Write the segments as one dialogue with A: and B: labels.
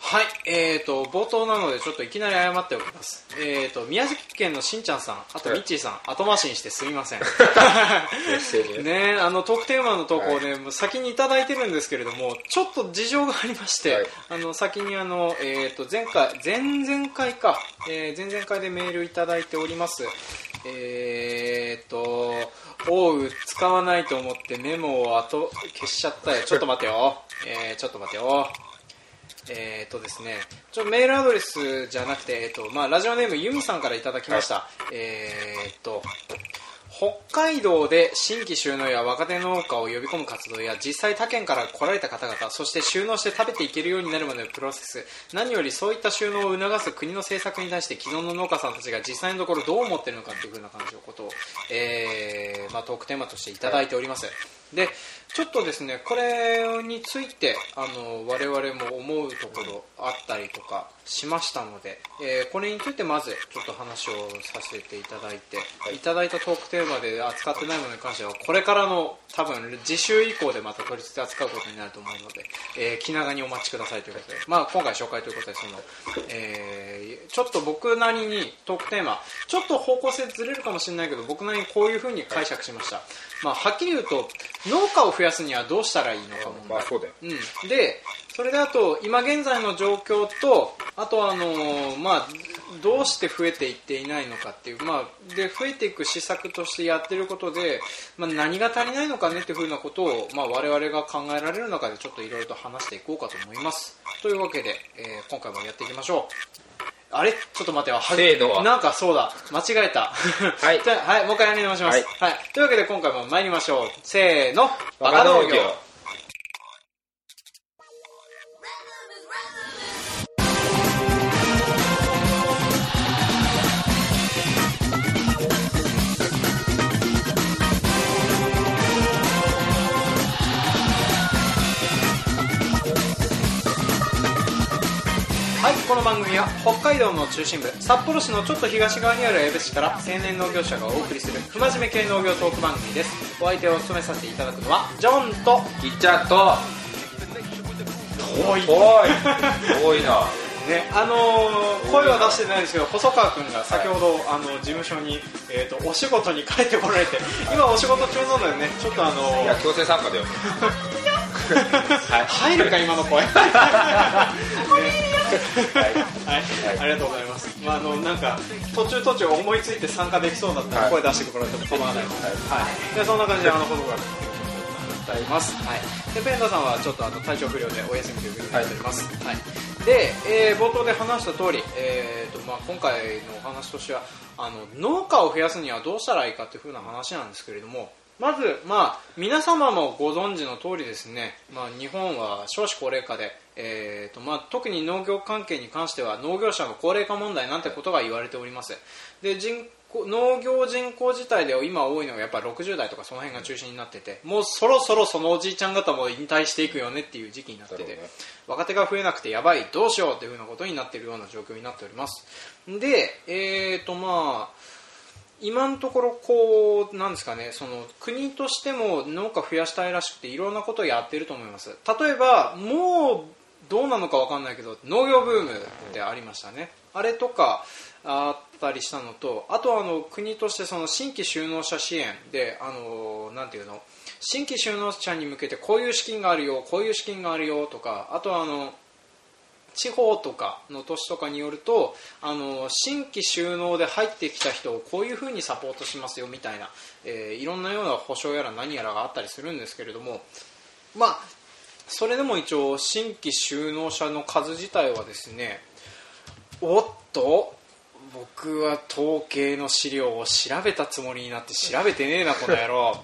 A: はい、えーと、冒頭なのでちょっといきなり謝っておきます。えーと、宮崎県のしんちゃんさん、あと
B: はい
A: ミッチーさん、後回しにしてすみません。
B: メッセージ、
A: ねえあのトークテーマの投稿
B: は
A: ね、もう先にいただいてるんですけれどもちょっと事情がありまして、
B: はい
A: あの先にあの、えー、と前回前々回か、えー前々回でメールいただいておりますえーと「おう使わないと思ってメモを後消しちゃったよちょっと待てよ、 えーちょっと待てよえーとですね、ちょメールアドレスじゃなくて、えーとまあ、ラジオネームユミさんからいただきました、えーと北海道で新規収納や若手農家を呼び込む活動や実際他県から来られた方々そして収納して食べていけるようになるまでのプロセス何よりそういった収納を促す国の政策に対して既存の農家さんたちが実際のところどう思ってるのかというふうな感じのことを、えーまあ、トークテーマとしていただいておりますでちょっとですねこれについてあの我々も思うところあったりとかしましたので、えーこれについてまずちょっと話をさせていただいて、い、ただいたトークテーマで扱ってないものに関してはこれからの多分次週以降でまた取り付け扱うことになると思うので、えー気長にお待ちくださいということで、まあ、今回紹介ということでその、えーちょっと僕なりにトークテーマちょっと方向性ずれるかもしれないけど僕なりにこういうふうに解釈しました、まあ、はっきり言うと農家を増やすにはどうしたらいいのか問題
B: まあそうだよ
A: うん、でそれであと今現在の状況とあとあのーまあどうして増えていっていないのかっていう、まあ、で増えていく施策としてやってることで、まあ、何が足りないのかねっていうふうなことを、まあ、我々が考えられる中でちょっといろいろと話していこうかと思いますというわけで、えー今回もやっていきましょうあれちょっと待てよは
B: せーのは
A: なんかそうだ間違えたはい じゃあはいもう一回やり直します、
B: はい
A: はい、というわけで今回も参りましょうせーの
B: バカ農業
A: はい、この番組は北海道の中心部札幌市のちょっと東側にある江部市から青年農業者がお送りする不真面目系農業トーク番組ですお相手を務めさせていただくのはジョンと
B: ギッチャーと
A: 遠い
B: おい多いな
A: ねあのー声は出してないですけど細川君が先ほど、あの事務所に、えー、とお仕事に帰ってこられて今お仕事中なのでねちょっとあのー
B: いや強制参加だよ
A: 入るか今の声ねはい、ありがとうございます、まあ、あのなんか途中途中思いついて参加できそうだったら
B: はい
A: 声出してくれても構わないです、はいでそんな感じであのことがございます、はい、でペンダさんはちょっとあの体調不良でお休みということになっております、はいで、えー冒頭で話した通り、えーとまあ、今回のお話としてはあの農家を増やすにはどうしたらいいかというふうな話なんですけれどもまず、まあ、皆様もご存知の通りですね、まあ、日本は少子高齢化で、えーとまあ、特に農業関係に関しては農業者の高齢化問題なんてことが言われておりますで人口農業人口自体では今多いのがやっぱ60代とかその辺が中心になっててもうそろそろそのおじいちゃん方も引退していくよねっていう時期になってて、
B: だろうね
A: 若手が増えなくてやばいどうしようっていうふうなことになっているような状況になっておりますでえーとまあ今のところこうなんですかねその国としても農家増やしたいらしくていろんなことをやってると思います例えばもうどうなのかわかんないけど農業ブームってありましたね、あれとかあったりしたのとあとはあの国としてその新規就農者支援であのなんていうの新規就農者に向けてこういう資金があるよこういう資金があるよとかあとはあの地方とかの都市とかによるとあの新規収納で入ってきた人をこういうふうにサポートしますよみたいな、えーいろんなような保証やら何やらがあったりするんですけれどもまあそれでも一応新規収納者の数自体はですねおっと僕は統計の資料を調べたつもりになって調べてねえなこの野郎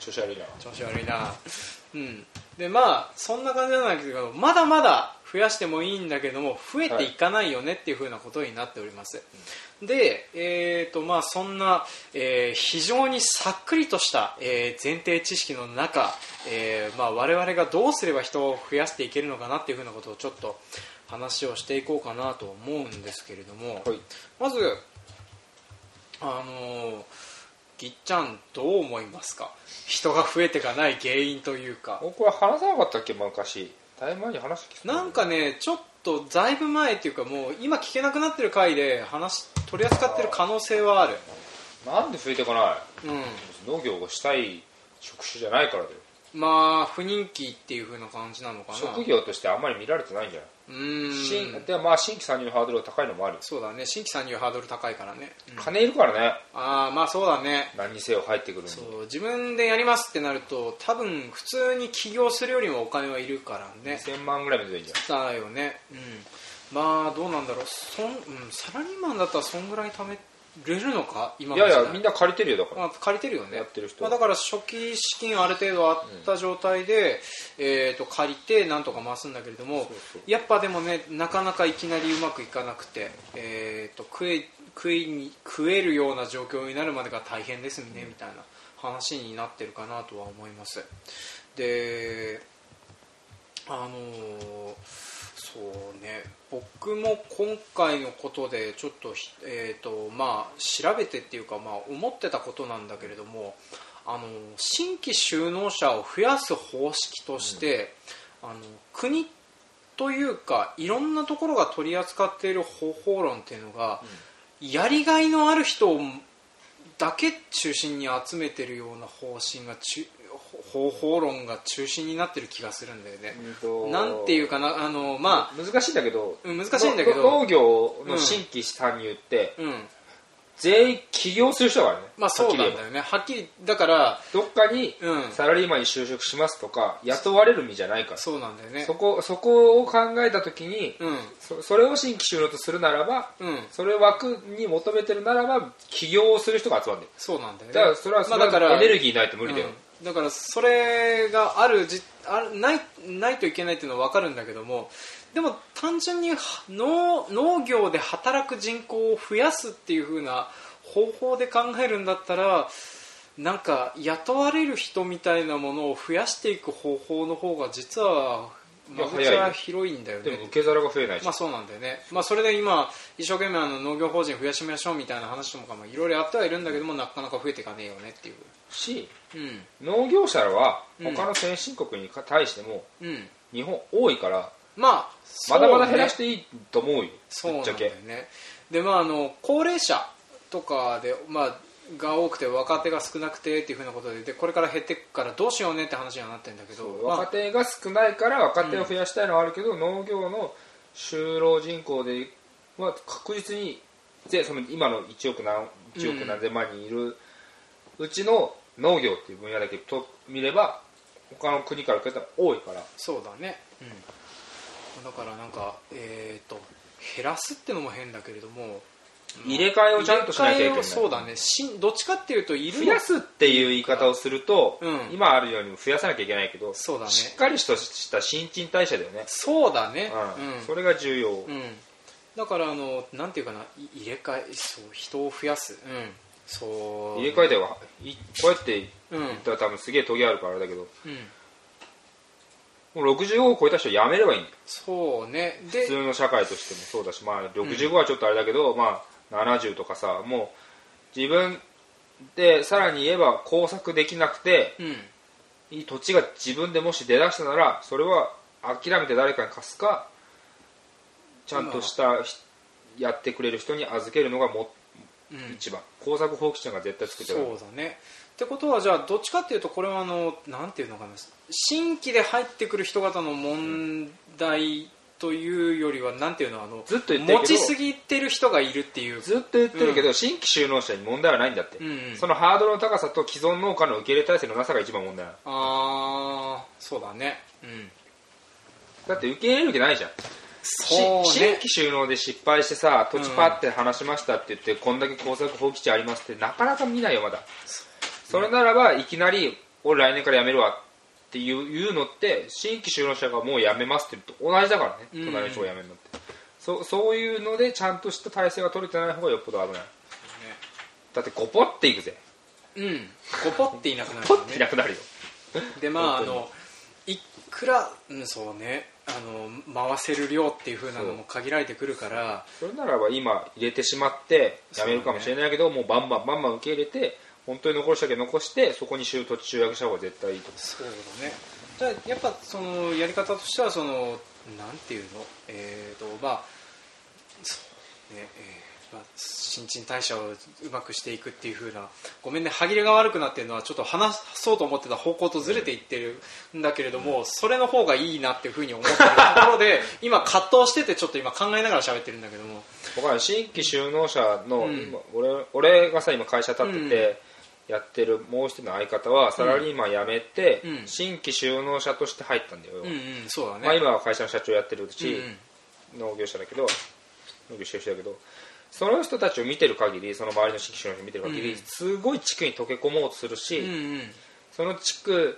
B: 調子悪いな
A: 調子悪いなうんでまあそんな感じなんだけどまだまだ増やしてもいいんだけども増えていかないよねっていう風なことになっております、で、えーとまあ、そんな、えー非常にさっくりとした、えー前提知識の中、えーまあ、我々がどうすれば人を増やしていけるのかなっていう風なことをちょっと話をしていこうかなと思うんですけれども、
B: はい
A: まずあのーぎっちゃんどう思いますか人が増えていかない原因というか
B: 僕は話さなかったっけ昔だいぶ前に話聞いた
A: なんかねちょっとだいぶ前っていうかもう今聞けなくなってる回で話取り扱ってる可能性はある
B: なんでついてこない
A: うん
B: 農業がしたい職種じゃないからだよ
A: まあ不人気っていう風な感じなのかな
B: 職業としてあんまり見られてないんじゃないう
A: ーん
B: 新でまあ新規参入のハードルが高いのもある、
A: そうだね新規参入ハードル高いからね、うん
B: 金いるからね
A: ああまあそうだね
B: 何にせよ入ってくるのに
A: そう自分でやりますってなると多分普通に起業するよりもお金はいるからね
B: 2000万ぐらいまでいいんじゃ
A: だよねうんまあどうなんだろうそん、うん、サラリーマンだったらそんぐらい貯めれるのか今
B: ないい
A: の時
B: や
A: 代
B: いやみんな借りてるよだから
A: まあ、借りてるよね
B: やってる人
A: まあ、だから初期資金ある程度あった状態で、えー、と借りてなんとか回すんだけれども
B: そうそう
A: やっぱでもねなかなかいきなりうまくいかなくて、えー、と食え食いに食えるような状況になるまでが大変ですね、みたいな話になってるかなとは思いますであのーそうね僕も今回のことでちょっと,、えーとまあ、調べてっていうか、まあ、思ってたことなんだけれどもあのー新規就農者を増やす方式として、あの国というかいろんなところが取り扱っている方法論っていうのが、やりがいのある人をだけ中心に集めてるような方針がちゅ方法論が中心になってる気がするんだよね。
B: うんと
A: なんていうかなあのま
B: 難しいんだけど
A: うん難しいんだけど
B: の農業の新規参入って
A: あうん
B: 全員起業する人だからね
A: まあそうな
B: はっ
A: ん
B: き
A: だ
B: り言え
A: よねはっきりだから
B: ばどっかに
A: うん
B: サラリーマンに就職しますとか雇われる身じゃないから
A: そうなんだよね
B: そこそこを考えた時に
A: うん
B: そそれを新規就労とするならば
A: うん
B: それを枠に求めてるならば起業をする人が集まるんだよ
A: そうなんだよね
B: だからそれは
A: ま
B: そ
A: あ
B: れ
A: だから
B: はエネルギーないと無理だよ、
A: うんだからそれがあるじあるないないといけないっていうのは分かるんだけどもでも単純には農農業で働く人口を増やすっていう風な方法で考えるんだったらなんか雇われる人みたいなものを増やしていく方法の方が実は間
B: いや
A: 口
B: 早い
A: は
B: よ
A: 広いんだよね
B: でも受け皿が増えないし、
A: まあそうなんだよね、まあ、それで今一生懸命あの農業法人増やしましょうみたいな話とかもいろいろやってはいるんだけどもなかなか増えていかねえよねっていう
B: し
A: うん
B: 農業者らは
A: うん
B: 他の先進国に対しても
A: うん
B: 日本多いから
A: まあ
B: まだまだ減らしてていいと思うよ
A: そう
B: ぶ
A: な
B: っ
A: ん
B: ち
A: だ
B: ゃ
A: よ
B: け
A: ねでまああの高齢者とかでまあが多くて若手が少なくてっていうふうなことででこれから減っていくからどうしようねって話にはなってるんだけどまあ
B: 若手が少ないから若手を増やしたいのはあるけど、農業の就労人口では確実にぜその今の1億何1億何千万人いるうちの農業っていう分野だけと見れば他の国から比べたら多いから
A: そうだね、うん、だからなんかえっ、と減らすってのも変だけれども
B: 入れ替えをちゃんとしなきゃいけない
A: 入れ替えをそうだねしどっちかっていうといる
B: 増
A: の
B: やすっていう言い方をすると、
A: うん
B: 今あるように増やさなきゃいけないけど、
A: そうだね
B: しっかりとした新陳代謝だよね、
A: そうだね
B: うん
A: うん
B: それが重要、
A: うん、だからあのなんていうかない入れ替えそう人を増やす、うん、そう
B: 入れ替えたよいこうやって
A: うん、うん
B: 言ったら多分すげえトゲあるからあれだけどもう65を超えた人やめればいいんだよ
A: そうね
B: 普
A: で
B: 通の社会としてもそうだし、まあ、65はちょっとあれだけど、まあ、70とかさもう自分でさらに言えば工作できなくて
A: うん
B: いい土地が自分でもし出だしたならそれは諦めて誰かに貸すかちゃんとしたひやってくれる人に預けるのがも
A: うん
B: 一番工作放棄者が絶対作っちゃ
A: そう
B: う
A: だねってことはじゃあどっちかっていうとこれはあのなんていうのかな新規で入ってくる人方の問題というよりはなんていうのあの
B: ずっと言ってる
A: 持ち
B: けど
A: すぎてる人がいるっていう
B: ずっと言ってるけど、新規就農者に問題はないんだって、
A: うんうん
B: そのハードルの高さと既存農家の受け入れ体制のなさが一番問題なの
A: ああそうだねうん
B: だって受け入れるわけないじゃんし
A: そう
B: 新
A: ね
B: 規収納で失敗してさ土地パって話しましたって言って、こんだけ工作放棄地ありますってなかなか見ないよまだそれならばいきなり俺来年から辞めるわっていう言うのって新規就労者がもう辞めますって言うと同じだからね
A: うん
B: 隣の人が辞めるのって、そそういうのでちゃんとした体制が取れてない方がよっぽど危ないだってゴポっていくぜ
A: うんごぽっていなくなる
B: ポ
A: よ
B: ッていなくなるよ
A: でまああ
B: 本当に
A: のいくら、うん、そうねあの回せる量っていう風なのも限られてくるから
B: それならば今入れてしまってやめるかもしれないけど、もうバンバンバンバン受け入れて本当に残る人だけ残してそこに就土地集約した方が絶対いいと思う
A: そうだねだからやっぱそのやり方としてはそのなんていうのえっ、とまあそうねえーまあ、新陳代謝をうまくしていくっていう風なごめんね歯切れが悪くなってるのはちょっと話そうと思ってた方向とずれていってるんだけれども、それの方がいいなっていう風に思ってるところで 今葛藤しててちょっと今考えながら喋ってるんだけども
B: 僕は新規就農者の、
A: うん
B: 今俺俺がさ今会社立ってて、やってるもう一人の相方はサラリーマン辞めて、
A: うん
B: 新規就農者として入ったんだよ、
A: うんうんそうだね、
B: まあ、今は会社の社長やってる
A: うん
B: し、農業者だけど農業収集だけどその人たちを見てる限りその周りの新規就農者を見てる限り、
A: うん
B: すごい地区に溶け込もうとするし、
A: うんうん
B: その地区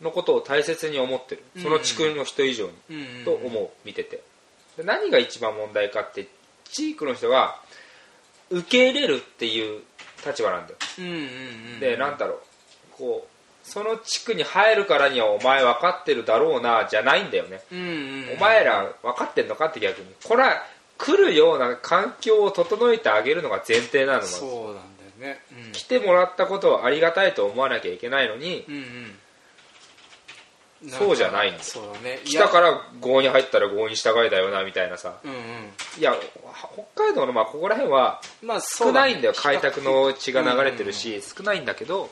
B: のことを大切に思ってるその地区の人以上に、
A: うんうんうん
B: と思う見ててで何が一番問題かって地域の人が受け入れるっていう立場なんだよ
A: うんうんうん
B: でなんだろうこうその地区に入るからにはお前分かってるだろうなじゃないんだよね
A: うんうんうん
B: お前ら分かってんのかって逆にこれは来るような環境を整えてあげるのが前提なの
A: そう
B: よ
A: なんだよね
B: 来てもらったことをありがたいと思わなきゃいけないのに
A: うんうんうん
B: そうじゃないんだ
A: んかそうだね
B: 来たからら合に入ったら合に従いだよなみたいなさ
A: うんうん
B: いや北海道のまあここら辺は
A: まあ
B: 少ないんだよ
A: そう
B: 開
A: ね
B: 拓の血が流れてるし少ないんだけど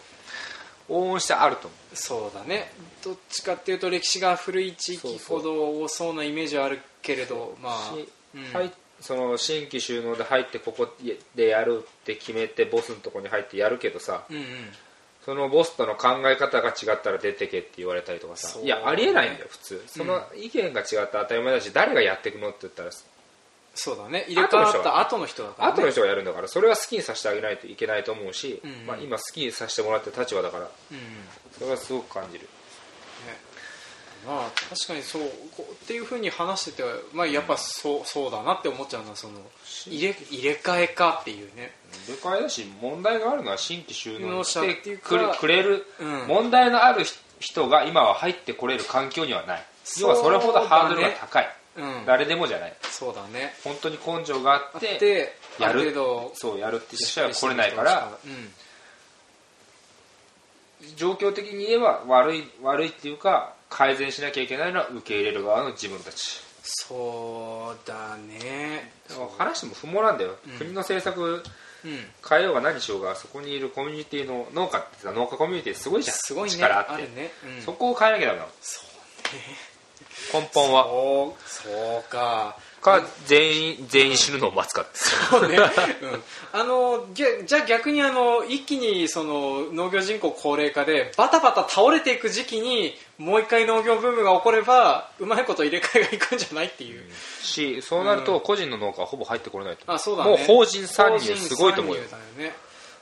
B: 応援してあると思
A: そうだねどっちかっていうと歴史が古い地域ほど多そうなイメージはあるけれどまあ
B: うし、
A: うん
B: はい、その新規収納で入ってここでやるって決めてボスのとこに入ってやるけどさ
A: うんうん
B: そのボスとの考え方が違ったら出てけって言われたりとかさ
A: そう
B: いやありえないんだよ普通その意見が違ったら当たり前だし誰がやっていくのって言ったら
A: そうだね入れ替わった後の人だからね
B: 後の人がやるんだからそれは好きにさせてあげないといけないと思うし
A: うん
B: まあ今好きにさせてもらってる立場だから
A: うんうん
B: それはすごく感じる
A: ねまあ確かにそうこうっていうふうに話してて、まあ、やっぱそう,、そうだなって思っちゃうなその入れ入れ替えかっていうね
B: 部会だし問題があるのは新規収納にしてく
A: 納
B: れ
A: 者
B: くれる、
A: うん
B: 問題のある人が今は入ってこれる環境にはない要はそれほどハードルが高い、
A: うん
B: 誰でもじゃない
A: そうだね
B: 本当に根性があ
A: あっ
B: って
A: て
B: や
A: あ
B: る
A: る程度
B: そうやるって人は来れないから
A: う
B: 状況的に言えば悪い悪いっていうか改善しなきゃいけないのは受け入れる側の自分たち
A: ん、そうだね
B: 話しても不毛なんだよ、
A: ん
B: 国の政策
A: うん
B: 変えようが何しようがそこにいるコミュニティの農家ってさ農家コミュニティすごいじゃん
A: すごいね
B: 力あって
A: あるね、うん、
B: そこを変えなきゃダメなの
A: そうね
B: 根本は
A: そうそうか
B: か全員全員死ぬのを待つかって
A: そう ね、うん、あのぎゃじゃあ逆にあの一気にその農業人口高齢化でバタバタ倒れていく時期にもう一回農業ブームが起こればうまいこと入れ替えがいくんじゃないっていう、
B: しそうなると個人の農家はほぼ入ってこれないと思
A: あそうだね
B: もう法人参入すごいと思うよ
A: 法人参入だよね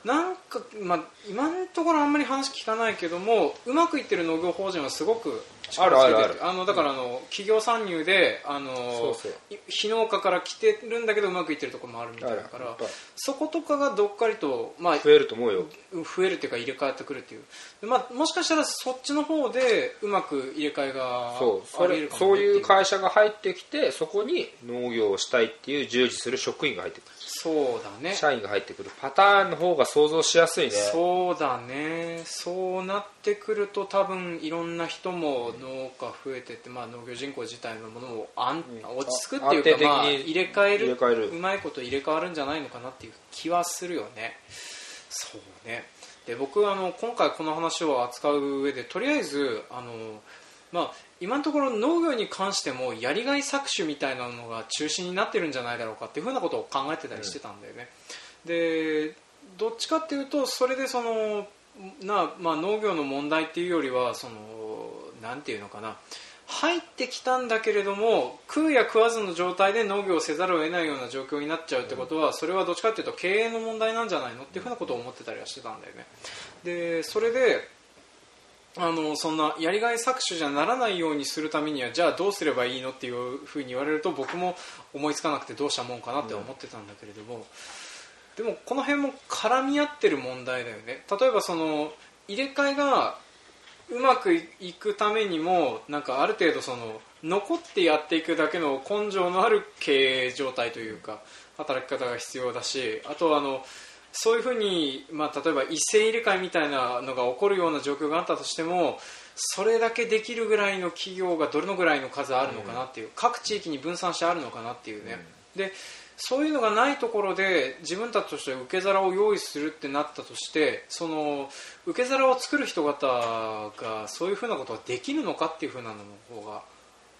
A: なんか、まあ、今のところあんまり話聞かないけどもうまくいってる農業法人はすごく力
B: あるあ
A: つ
B: る
A: けてあのだからあの、企業参入であの
B: そうそう
A: い非農家から来てるんだけどうまくいってるところもあるみたいだからそことかがどっかりと、まあ、
B: 増えると思うよ
A: 増えるというか入れ替わってくるっていう、でまあ、もしかしたらそっちの方でうまく入れ替えが
B: そうそ
A: ありえ
B: れ
A: るかもね
B: そうい
A: っ
B: う
A: て
B: 会社が入ってきてそこに農業をしたいっていう従事する職員が入ってく
A: そうだね
B: る社員が入ってくるパターンの方が想像しやすいね
A: そうだねそうなってくると多分いろんな人も農家増えてって、まあ、農業人口自体のものを安
B: うん
A: 落ち着くっていうか、ま
B: あ安
A: あ、
B: 定的に
A: 入れ替える
B: 入れ替える
A: うまいこと入れ替わるんじゃないのかなっていう気はするよねそうねで僕はあの今回この話を扱う上でとりあえずあの、まあ、今のところ農業に関してもやりがい搾取みたいなのが中心になってるんじゃないだろうかっていうふうなことを考えてたりしてたんだよね、でどっちかっていうとそれでそのな、まあ、農業の問題っていうよりはそのなんていうのかな入ってきたんだけれども食うや食わずの状態で農業をせざるを得ないような状況になっちゃうってことは、それはどっちかっていうと経営の問題なんじゃないのっていうふうなことを思ってたりはしてたんだよね。でそれであのそんなやりがい搾取じゃならないようにするためにはじゃあどうすればいいのっていうふうに言われると僕も思いつかなくてどうしたもんかなって思ってたんだけれども、でもこの辺も絡み合ってる問題だよね例えばその入れ替えがうまくいくためにもなんかある程度その残ってやっていくだけの根性のある経営状態というか働き方が必要だしあとはあのそういうふうに、まあ、例えば一斉入れ替えみたいなのが起こるような状況があったとしてもそれだけできるぐらいの企業がどれのぐらいの数あるのかなっていう、各地域に分散してあるのかなっていうね、でそういうのがないところで自分たちとして受け皿を用意するってなったとしてその受け皿を作る人方がそういうふうなことができるのかっていうふうなのの方が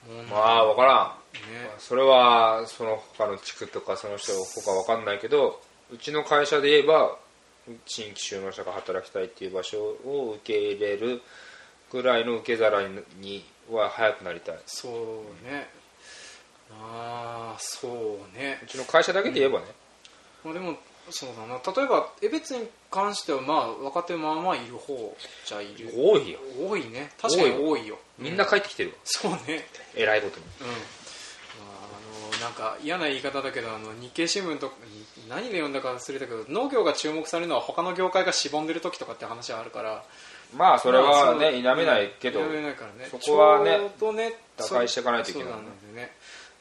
A: 問題
B: まあ分からん
A: ね
B: それはその他の地区とかその人他わかんないけどうちの会社で言えば新規就農者が働きたいっていう場所を受け入れるぐらいの受け皿にには早くなりたい
A: そうねああそうね
B: うちの会社だけで言えばね、
A: まあでもそうだな例えば江別に関してはまあ若手もまあまあいる方じゃいる
B: 多いよ
A: 多いね確かに多いよ
B: みんな帰ってきてるわ、
A: そうね
B: 偉いことに
A: うん、まあ、あのなんか嫌な言い方だけどあの日経新聞とかに何で読んだか忘れたけど農業が注目されるのは他の業界がしぼんでる時とかって話はあるから
B: まあそれ
A: まあ
B: は
A: そう
B: ね否めないけど
A: やめないからね
B: そこはね
A: ちょうどね
B: 打開していかないといけない
A: そうなんだよね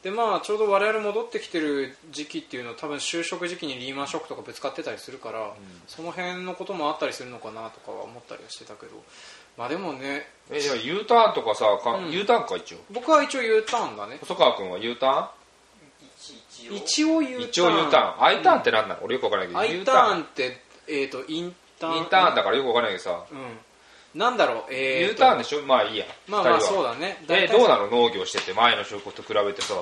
A: でまあちょうど我々戻ってきてる時期っていうのは多分就職時期にリーマンショックとかぶつかってたりするから、その辺のこともあったりするのかなとかは思ったりはしてたけどまあでもね
B: えじゃあ U ターンとかさか、
A: ん
B: U ターンか一応
A: 僕は一応 U ターンだね
B: 細川君は U ターン
A: 一応 U ターン
B: 一応 U ターン I ターンって何なの俺よくわからないけど
A: I
B: U
A: タ
B: タ
A: ー
B: ー
A: ン
B: ン
A: って、えー、とインターン
B: インターンだからよくわからないけどさ
A: うん、なんだろう、えーと
B: U ターンでしょまあいいや
A: まあまあ
B: 二人は
A: そうだね
B: え
A: 大体
B: どうなの農業してて前の職と比べてさ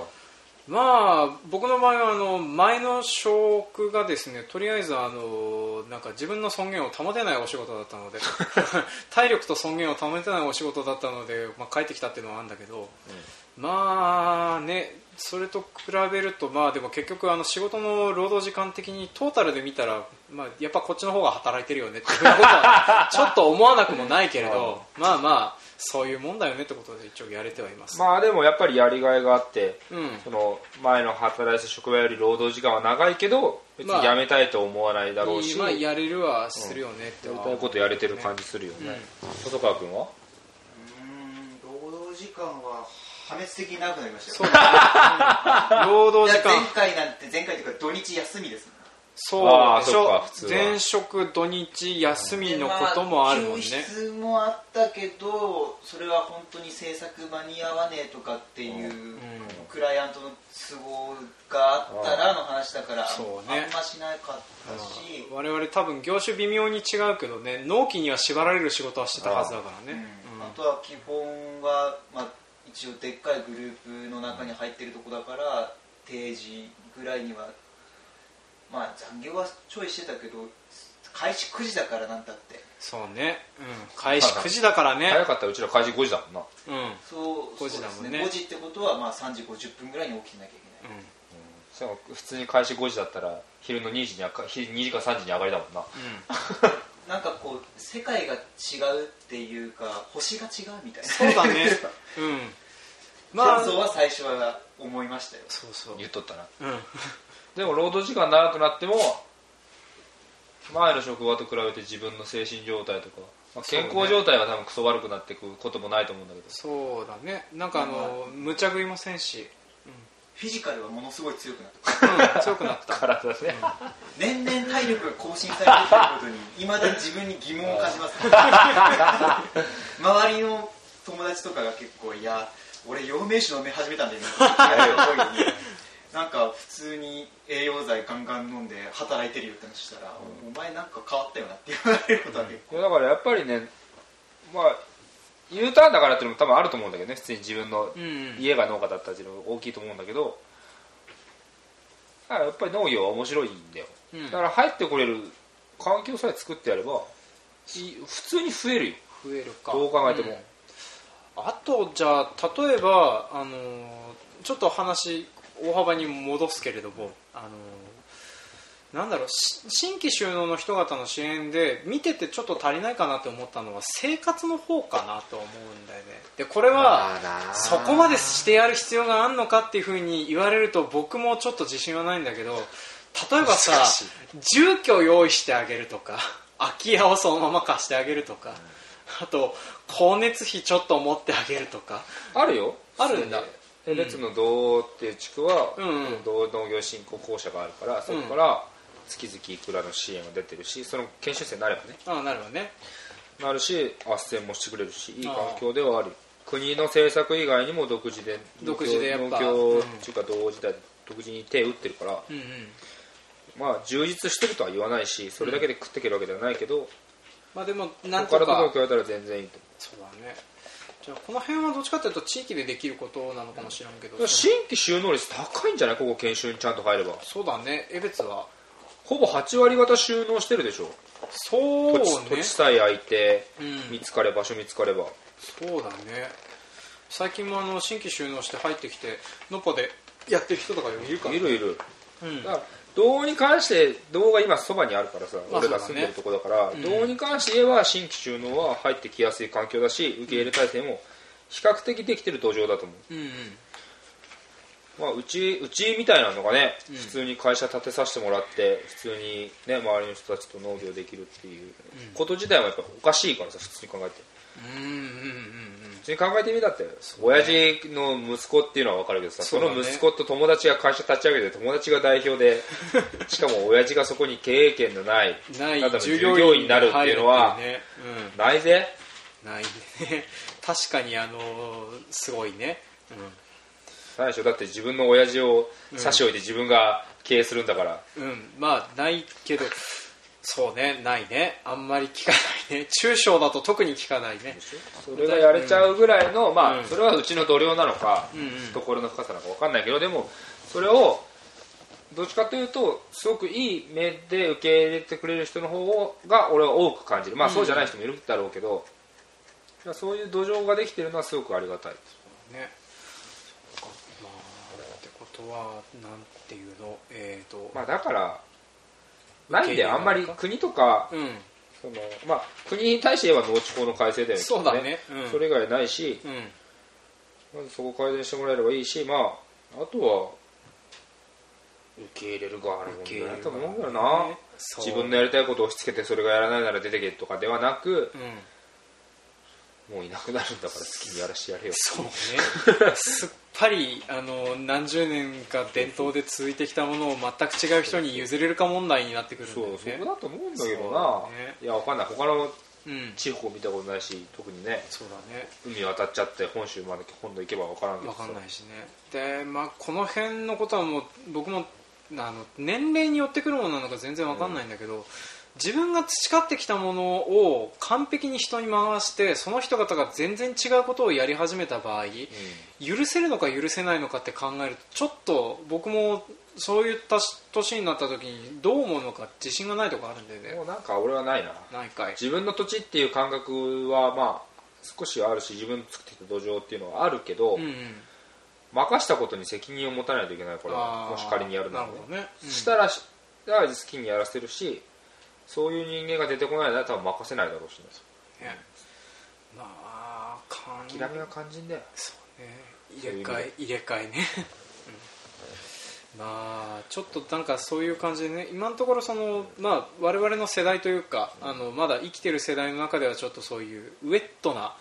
A: まあ僕の場合はあの前の職がですねとりあえずあのなんか自分の尊厳を保てないお仕事だったので体力と尊厳を保てないお仕事だったので、まあ、帰ってきたっていうのはあるんだけど、まあねそれと比べるとまあでも結局あの仕事の労働時間的にトータルで見たら、まあ、やっぱこっちの方が働いてるよねっていうふうなことはちょっと思わなくもないけれどまあまあそういうもんだよねってことで一応やれてはいます。
B: まあでもやっぱりやりがいがあって、
A: うん
B: その前の働いてた職場より労働時間は長いけど別
A: まあ
B: に辞めたいと思わないだろうし、
A: まあ
B: やり
A: やれるはするよねっては
B: たいことやれてる感じするよね、細川君は
C: うーん労働時間は破滅的に長くなりました
A: そ
C: よ
A: うだね労働時
C: いや
A: 間
C: 前回なんて前回というか土日休みですもん
A: そうでし
B: あーそっか
A: ょ
B: 普通は
A: 前職土日休みのこともあるもんね
C: まあ休日もあったけどそれは本当に制作間に合わねえとかっていう、クライアントの都合があったらの話だから、
A: そう
C: あん
A: ね
C: ましなかったし、
A: 我々多分業種微妙に違うけどね納期には縛られる仕事はしてたはずだから
C: うん
A: ね
C: あとは基本は、まあ、一応でっかいグループの中に入ってるとこだから定時ぐらいにはまあ残業はちょいしてたけど開始9時だからなんだって
A: そうね、うん、開始9時だからね
B: 早かったらうちら開始5時だもんな
A: うん、うん、
C: そう
A: 5時だもんね
C: そうです5時ってことはまあ3時50分ぐらいに起きなきゃいけない、
B: しかも普通に開始5時だったら昼の2時にあか昼2時か3時に上がりだもんな
C: なんかこう世界が違うっていうか星が違うみたいな
A: そうだ ね うんまあ
C: 感想は最初は思いましたよ
A: そうそう、
B: 言っとったな
A: うん、
B: でも労働時間長くなっても前の職場と比べて自分の精神状態とか、まあ、健康状態は多分クソ悪くなってくこともないと思うんだ けど
A: そうだねなんかあの無茶食いもせんし、
C: フィジカルはものすごい強くなった
A: うん、強くなった
B: 体ね
C: 年々体力が更新されていることにいまだに自分に疑問を感じます周りの友達とかが結構いや俺陽明酒飲み始めたんだよねなんか普通に栄養剤ガンガン飲んで働いてるよって話したら、お前なんか変わったよなって言われることは結
B: い
C: 構
B: やだからやっぱりねまあ U ターンだからっていうのも多分あると思うんだけどね普通に自分の
A: うんうん
B: 家が農家だったっていうのも大きいと思うんだけどだからやっぱり農業は面白いんだよ、
A: うん
B: だから入ってこれる環境さえ作ってやればい普通に増えるよ
A: 増えるか
B: どう考えても、
A: うんあとじゃあ例えば、あのーちょっと話大幅に戻すけれども、あのーなんだろうし新規就農の人々の支援で見ててちょっと足りないかなって思ったのは生活の方かなと思うんだよねでこれはそこまでしてやる必要があるのかっていうふうに言われると僕もちょっと自信はないんだけど例えばさ住居用意してあげるとか空き家をそのまま貸してあげるとか、あと光熱費ちょっと持ってあげるとか
B: あるよ
A: あるんだ
B: で列の道っていう地区は、
A: うんうん
B: 道農業振興公社があるからそこから月々いくらの支援が出てるしその研修生になればね
A: ああなるほどね
B: なるし斡旋もしてくれるしいい環境ではある国の政策以外にも独自で
A: 独自でやっぱ
B: 農業
A: うん
B: っていうか同時代で独自に手を打ってるから、
A: うんうん
B: まあ充実してるとは言わないしそれだけで食っていけるわけではないけど、
A: まあでもなん
B: 他
A: と
B: のと
A: か
B: ころ比べたら全然いいと思
A: そうだねじゃあこの辺はどっちかというと地域でできることなのかもしれんけど、
B: う新規収納率高いんじゃないここ研修にちゃんと入れば
A: そうだね江別は
B: ほぼ8割方収納してるでしょ
A: そう
B: 土
A: ね
B: 地,、土地さえ空いて
A: うん
B: 見つかれ場所見つかれば
A: そうだね最近もあの新規収納して入ってきてノポでやってる人とかいるから
B: いるいる
A: うん
B: だから銅に関して銅が今そばにあるからさ、
A: まあ
B: 俺が住んでるとこだから
A: ん
B: 銅に関して言えば新規収納は入ってきやすい環境だし受け入れ体制も比較的できてる土壌だと思
A: うんうん
B: う、まあ、うちうちみたいなのがね普通に会社建てさせてもらって普通に、ね、周りの人たちと農業できるっていうこと自体はやっぱおかしいからさ普通に考えて
A: うんうんうんうん
B: 普通に考えてみたって、親父の息子っていうのは分かるけどさそ,、
A: そうだね
B: の息子と友達が会社立ち上げて友達が代表 でしかも親父がそこに経営権のない
A: ない
B: ただの
A: 従
B: 従
A: 業
B: 業
A: 員
B: 員
A: に
B: に
A: な
B: な
A: る
B: る
A: っ
B: ってて
A: い
B: いうう
A: の
B: の
A: は
B: は、
A: うん、
B: ないぜ
A: ないね 確かにあのーすごいね、
B: ないでしょだって自分の親父を差し置いて自分が経営するんだから、
A: うん、うん、まあないけどそうねないねあんまり聞かないね 中小だと特に聞かないね
B: それがやれちゃうぐらいの、まあ、
A: うん
B: それはうちの度量なのか、
A: んうん
B: 懐の深さなのか分かんないけどでもそれをどっちかというとすごくいい目で受け入れてくれる人の方が俺は多く感じるまあそうじゃない人もいるだろうけど、まあそういう土壌ができてるのはすごくありがたい
A: ねそうかまあってことはなんていうのえっ、と、
B: まあだからない
A: 受け入
B: んだ
A: れ
B: よ
A: なの
B: あ
A: か
B: んまり国とか
A: うん
B: その、まあ、国に対して言えば農地法の改正だよね
A: そうだねうん
B: それ以外ないし
A: うん
B: まずそこ改善してもらえればいいしまああとは受け入れる側の問題だと思うんだよな、
A: ねそう
B: 自分のやりたいことを押し付けてそれがやらないなら出てけとかではなく
A: うん
B: もういなくなるんだから好きにやらしてやれよ
A: そうねすっぱりあの何十年か伝統で続いてきたものを全く違う人に譲れるか問題になってくるんだ
B: そ
A: よね
B: うそこだと思うんだけど
A: そ
B: な、
A: うね
B: いやわかんない他の
A: うん
B: 地方見たことないし特にね
A: そうだね
B: 海渡っちゃって本州まで本土行けばわからんけど
A: 分
B: さ
A: かんないしねでまあこの辺のことはもう僕もあの年齢によってくるものなのか全然分かんないんだけど、自分が培ってきたものを完璧に人に回してその人方が全然違うことをやり始めた場合許せるのか許せないのかって考えるとちょっと僕もそういった年になった時にどう思うのか自信がないとこあるんだよ
B: うん
A: ね
B: もうなんか俺はないな
A: ないかい
B: 自分の土地っていう感覚はまあ少しはあるし自分の作ってきた土壌っていうのはあるけど、
A: うんうん
B: 任したことに責任を持たないといけないこれは
A: あー
B: もし仮にやるな
A: な
B: ら
A: る
B: ね
A: ほどね、うん
B: したらしだから好きにやらせるしそういう人間が出てこないなら多分任せないだろうしね
A: ねまあ感
B: 諦めは肝心だよ
A: そうね入れ替え入れ替えね うんまあちょっとなんかそういう感じでね今のところその、まあ、我々の世代というかあのまだ生きてる世代の中ではちょっとそういうウェットな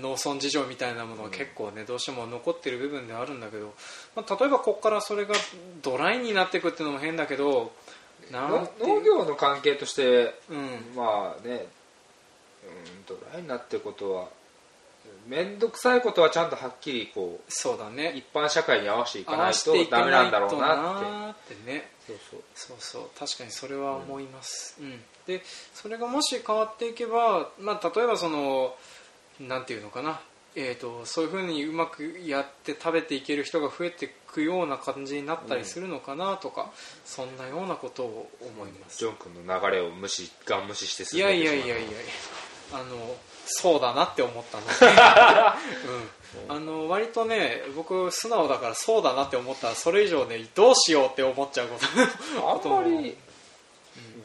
A: 農村事情みたいなものは結構ねどうしても残ってる部分ではあるんだけど、まあ、例えばここからそれがドライになっていくっていうのも変だけどなん
B: の
A: ていう
B: 農業の関係として
A: うん
B: まあねうんドライになってることは面倒くさいことはちゃんとはっきりこう
A: そうだね
B: 一般社会に合わせていか
A: 合
B: ない
A: わせて
B: と
A: いか
B: ダメ
A: な
B: ないんだろ
A: と
B: うなって
A: なーってね
B: そうそう
A: そうそう確かにそれは思います、うんでそれがもし変わっていけば、まあ、例えばそのなんていうのかな、えー、とそういうふうにうまくやって食べていける人が増えていくような感じになったりするのかなとか、そんなようなことを思います、
B: ジョン君の流れを無視ガン無視して進
A: い
B: め
A: や
B: て
A: いやいやいやいやあのそうだなって思った ので、うん、あの割とね僕素直だからそうだなって思ったらそれ以上ねどうしようって思っちゃうこと
B: あんまり、
A: うん
B: うん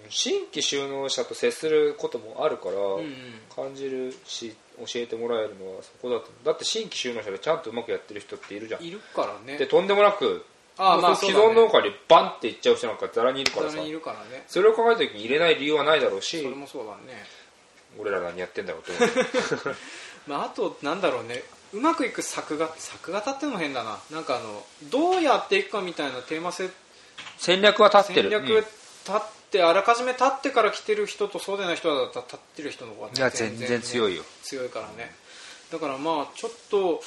B: 新規収納者と接することもあるから、
A: うんうん
B: 感じるし教えてもらえるのはそこだと思うだって新規収納者でちゃんとうまくやってる人っているじゃん
A: いるからね
B: でとんでもなく
A: ああまあ
B: 既
A: そう
B: 存
A: だ
B: 農
A: ね
B: 家にバンっていっちゃう人なんかざらにいるからさ
A: 誰にいるからね
B: それを考えた時に入れない理由はないだろう
A: それ
B: し
A: もそうだね、
B: 俺ら何やってんだろうと思う
A: まあ、あとなんだろうねうまくいく作画作画ってのも変だななんかあのどうやっていくかみたいなテーマ性
B: 戦略は立って
A: 戦
B: る
A: 略
B: うん
A: 立っってあらかじめ立ってから来てる人とそうでない人だったら立ってる人の方が、ね、
B: いや全然強
A: い
B: いよ
A: 強いからねだからまあちょっと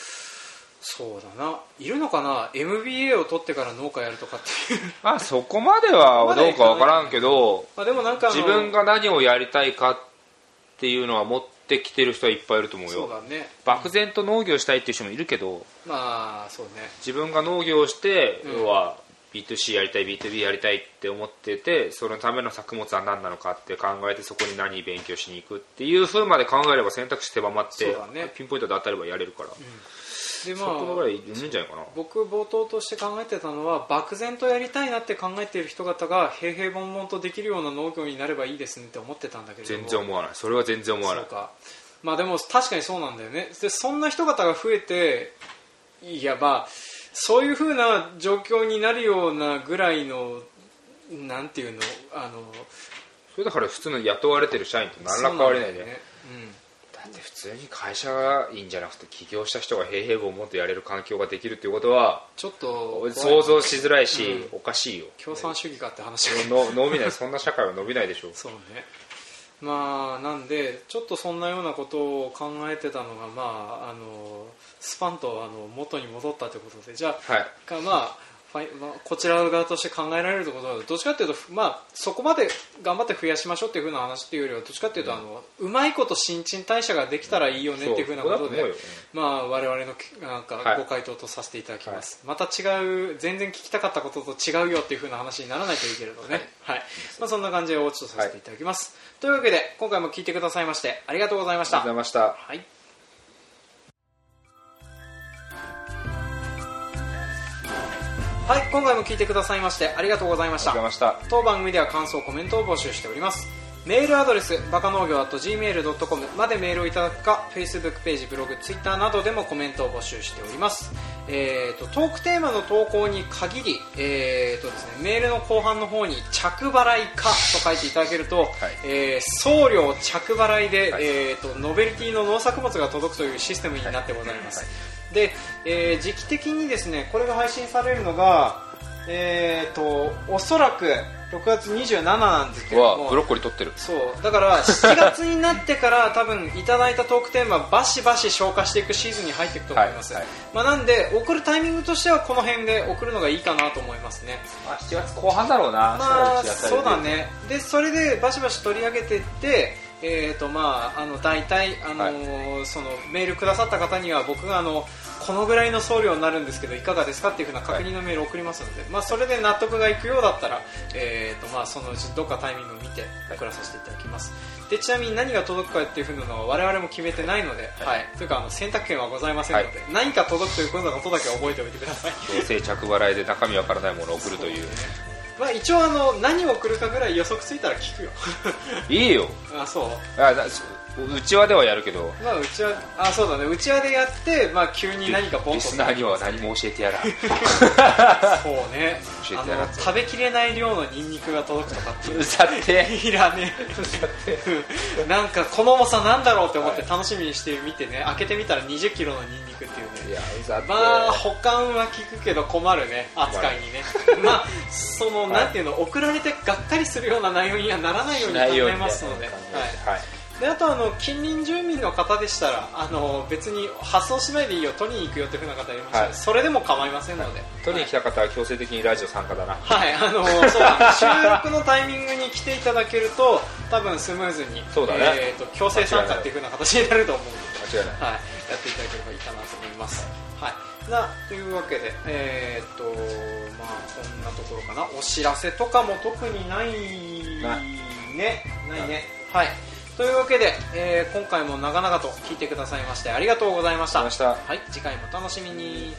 A: そうだないるのかな MBA を取ってから農家やるとかっていう
B: まあそこまではどうかわからんけど
A: まあでもなんかあの
B: 自分が何をやりたいかっていうのは持ってきてる人はいっぱいいると思う
A: そう
B: よ
A: だね
B: 漠然と農業したいっていう人もいるけど
A: まあそうね
B: 自分が農業をして、
A: うん
B: 要は B2C やりたい B2B やりたいって思っててそのための作物は何なのかって考えてそこに何勉強しに行くっていう風まで考えれば選択肢手ばまっ
A: そ
B: て、
A: うだね
B: ピンポイントで当たればやれるから、
A: でま
B: そこぐ
A: あ
B: らいいるんじゃないかな
A: 僕冒頭として考えてたのは漠然とやりたいなって考えている人方が平々凡々とできるような農業になればいいですねって思ってたんだけれども
B: 全然思わないそれは全然思わな
A: そ
B: いう
A: かまあでも確かにそうなんだよねでそんな人方が増えていやまあそういうふうな状況になるようなぐらいのなんていうのあの
B: それだから普通の雇われてる社員と何ら変わりない
A: そう
B: で
A: んだよね
B: だって普通に会社がいいんじゃなくて起業した人が平々凡々とやれる環境ができるっていうことは
A: うんちょっと
B: 想像しづらいし、おかしいよ
A: 共産主義かって話が
B: の伸びないそんな社会は伸びないでしょ
A: そうねまあなんでちょっとそんなようなことを考えてたのがまああのスパンとあの元に戻ったということでじゃあ
B: はい
A: が、まあファイまあ、こちら側として考えられるところはどっちかというと、まあ、そこまで頑張って増やしましょうっていう風な話っていうよりはどっちかというと、あのうまいこと新陳代謝ができたらいいよねっていう風なこと
B: そうだと思
A: で
B: うよ。
A: まあ、我々のなん
B: は
A: か
B: い
A: ご回答とさせていただきます、また違う全然聞きたかったことと違うよっていう風な話にならないといいけれどね、はいまあ、そんな感じでおうちとさせていただきます、というわけで今回も聞いてくださいましてありがとうございまし
B: あり
A: た
B: がとうございました
A: はいはい、今回も聞いてくださいましてありがとうございまし
B: ありがとうござい
A: た
B: ました
A: 当番組では感想コメントを募集しておりますメールアドレスバカ農業 .gmail.com までメールをいただくか Facebook ページブログ Twitter などでもコメントを募集しております、えー、とトークテーマの投稿に限り、えーとですね、メールの後半の方に着払いかと書いていただけると、えー送料着払いで、
B: はい
A: えー、とノベルティの農作物が届くというシステムになってございます、
B: はい
A: で、えー時期的にですねこれが配信されるのがえー、とおそらく6月27なんですけれど
B: わあ
A: も
B: ブロッコリー取ってる
A: そうだから7月になってから 多分いただいたトークテーマバシバシ消化していくシーズンに入っていくと思います、
B: はいはい
A: まあ、なんで送るタイミングとしてはこの辺で送るのがいいかなと思いますね
B: まあ7月後半だろうな
A: まあそうだねでそれでバシバシ取り上げていってえーとまあ、あの大体、あのーそのメールくださった方には僕があのこのぐらいの送料になるんですけどいかがですかっていうふうな確認のメールを送りますので、まあ、それで納得がいくようだったら、えーとまあ、そのうちどっかタイミングを見て送らさせていただきますでちなみに何が届くかっていうふうなのは我々も決めてないので、はいというかあの選択権はございませんので、
B: は
A: 何か届くということのことだけ覚えておいてください
B: どうせ着払いで中身わからないものを送るという
A: まあ一応あの何を送るかぐらい予測ついたら聞くよ
B: いいよ
A: あそう
B: あだうちわではやるけど
A: まあうちはあそうだねうちわでやってまあ急に何かボン
B: リ
A: と
B: スナーには何も教えてやらん
A: そうね
B: 教え
A: あ
B: てやら
A: の
B: ん
A: 食べきれない量のニンニクが届くとかっていう
B: うざって
A: いらねえなんかこの重さなんだろうって思って
B: は
A: 楽しみにしてみてね開けてみたら2 0キロのニンニクっていうね
B: いやうざって
A: まあ保管は効くけど困るね扱いにねまあその、
B: はい
A: なんていうの送られてがっかりするような内容にはならないように考
B: ないよう
A: え
B: に
A: ますので
B: は
A: はい
B: い、
A: であとあの近隣住民の方でしたらあの別に発送しないでいいよ取りに行くよっていうふうな方いましたので、
B: はい
A: それでも構いませんので、
B: 取りに来た方は強制的にラジオ参加だな
A: はい、あのーそうだ収録のタイミングに来ていただけると多分スムーズに
B: そうだね
A: えーと強制参加っていう風な形になると思うので、
B: 間違いない
A: はい、やっていただければいいかなと思います、はい、なというわけで、えーとまあ、こんなところかなお知らせとかも特にない
B: な
A: ねないねはいというわけで、えー今回も長々と聞いてくださいましてありがとうございました
B: ありがとうございまし
A: はい、次回もお楽しみに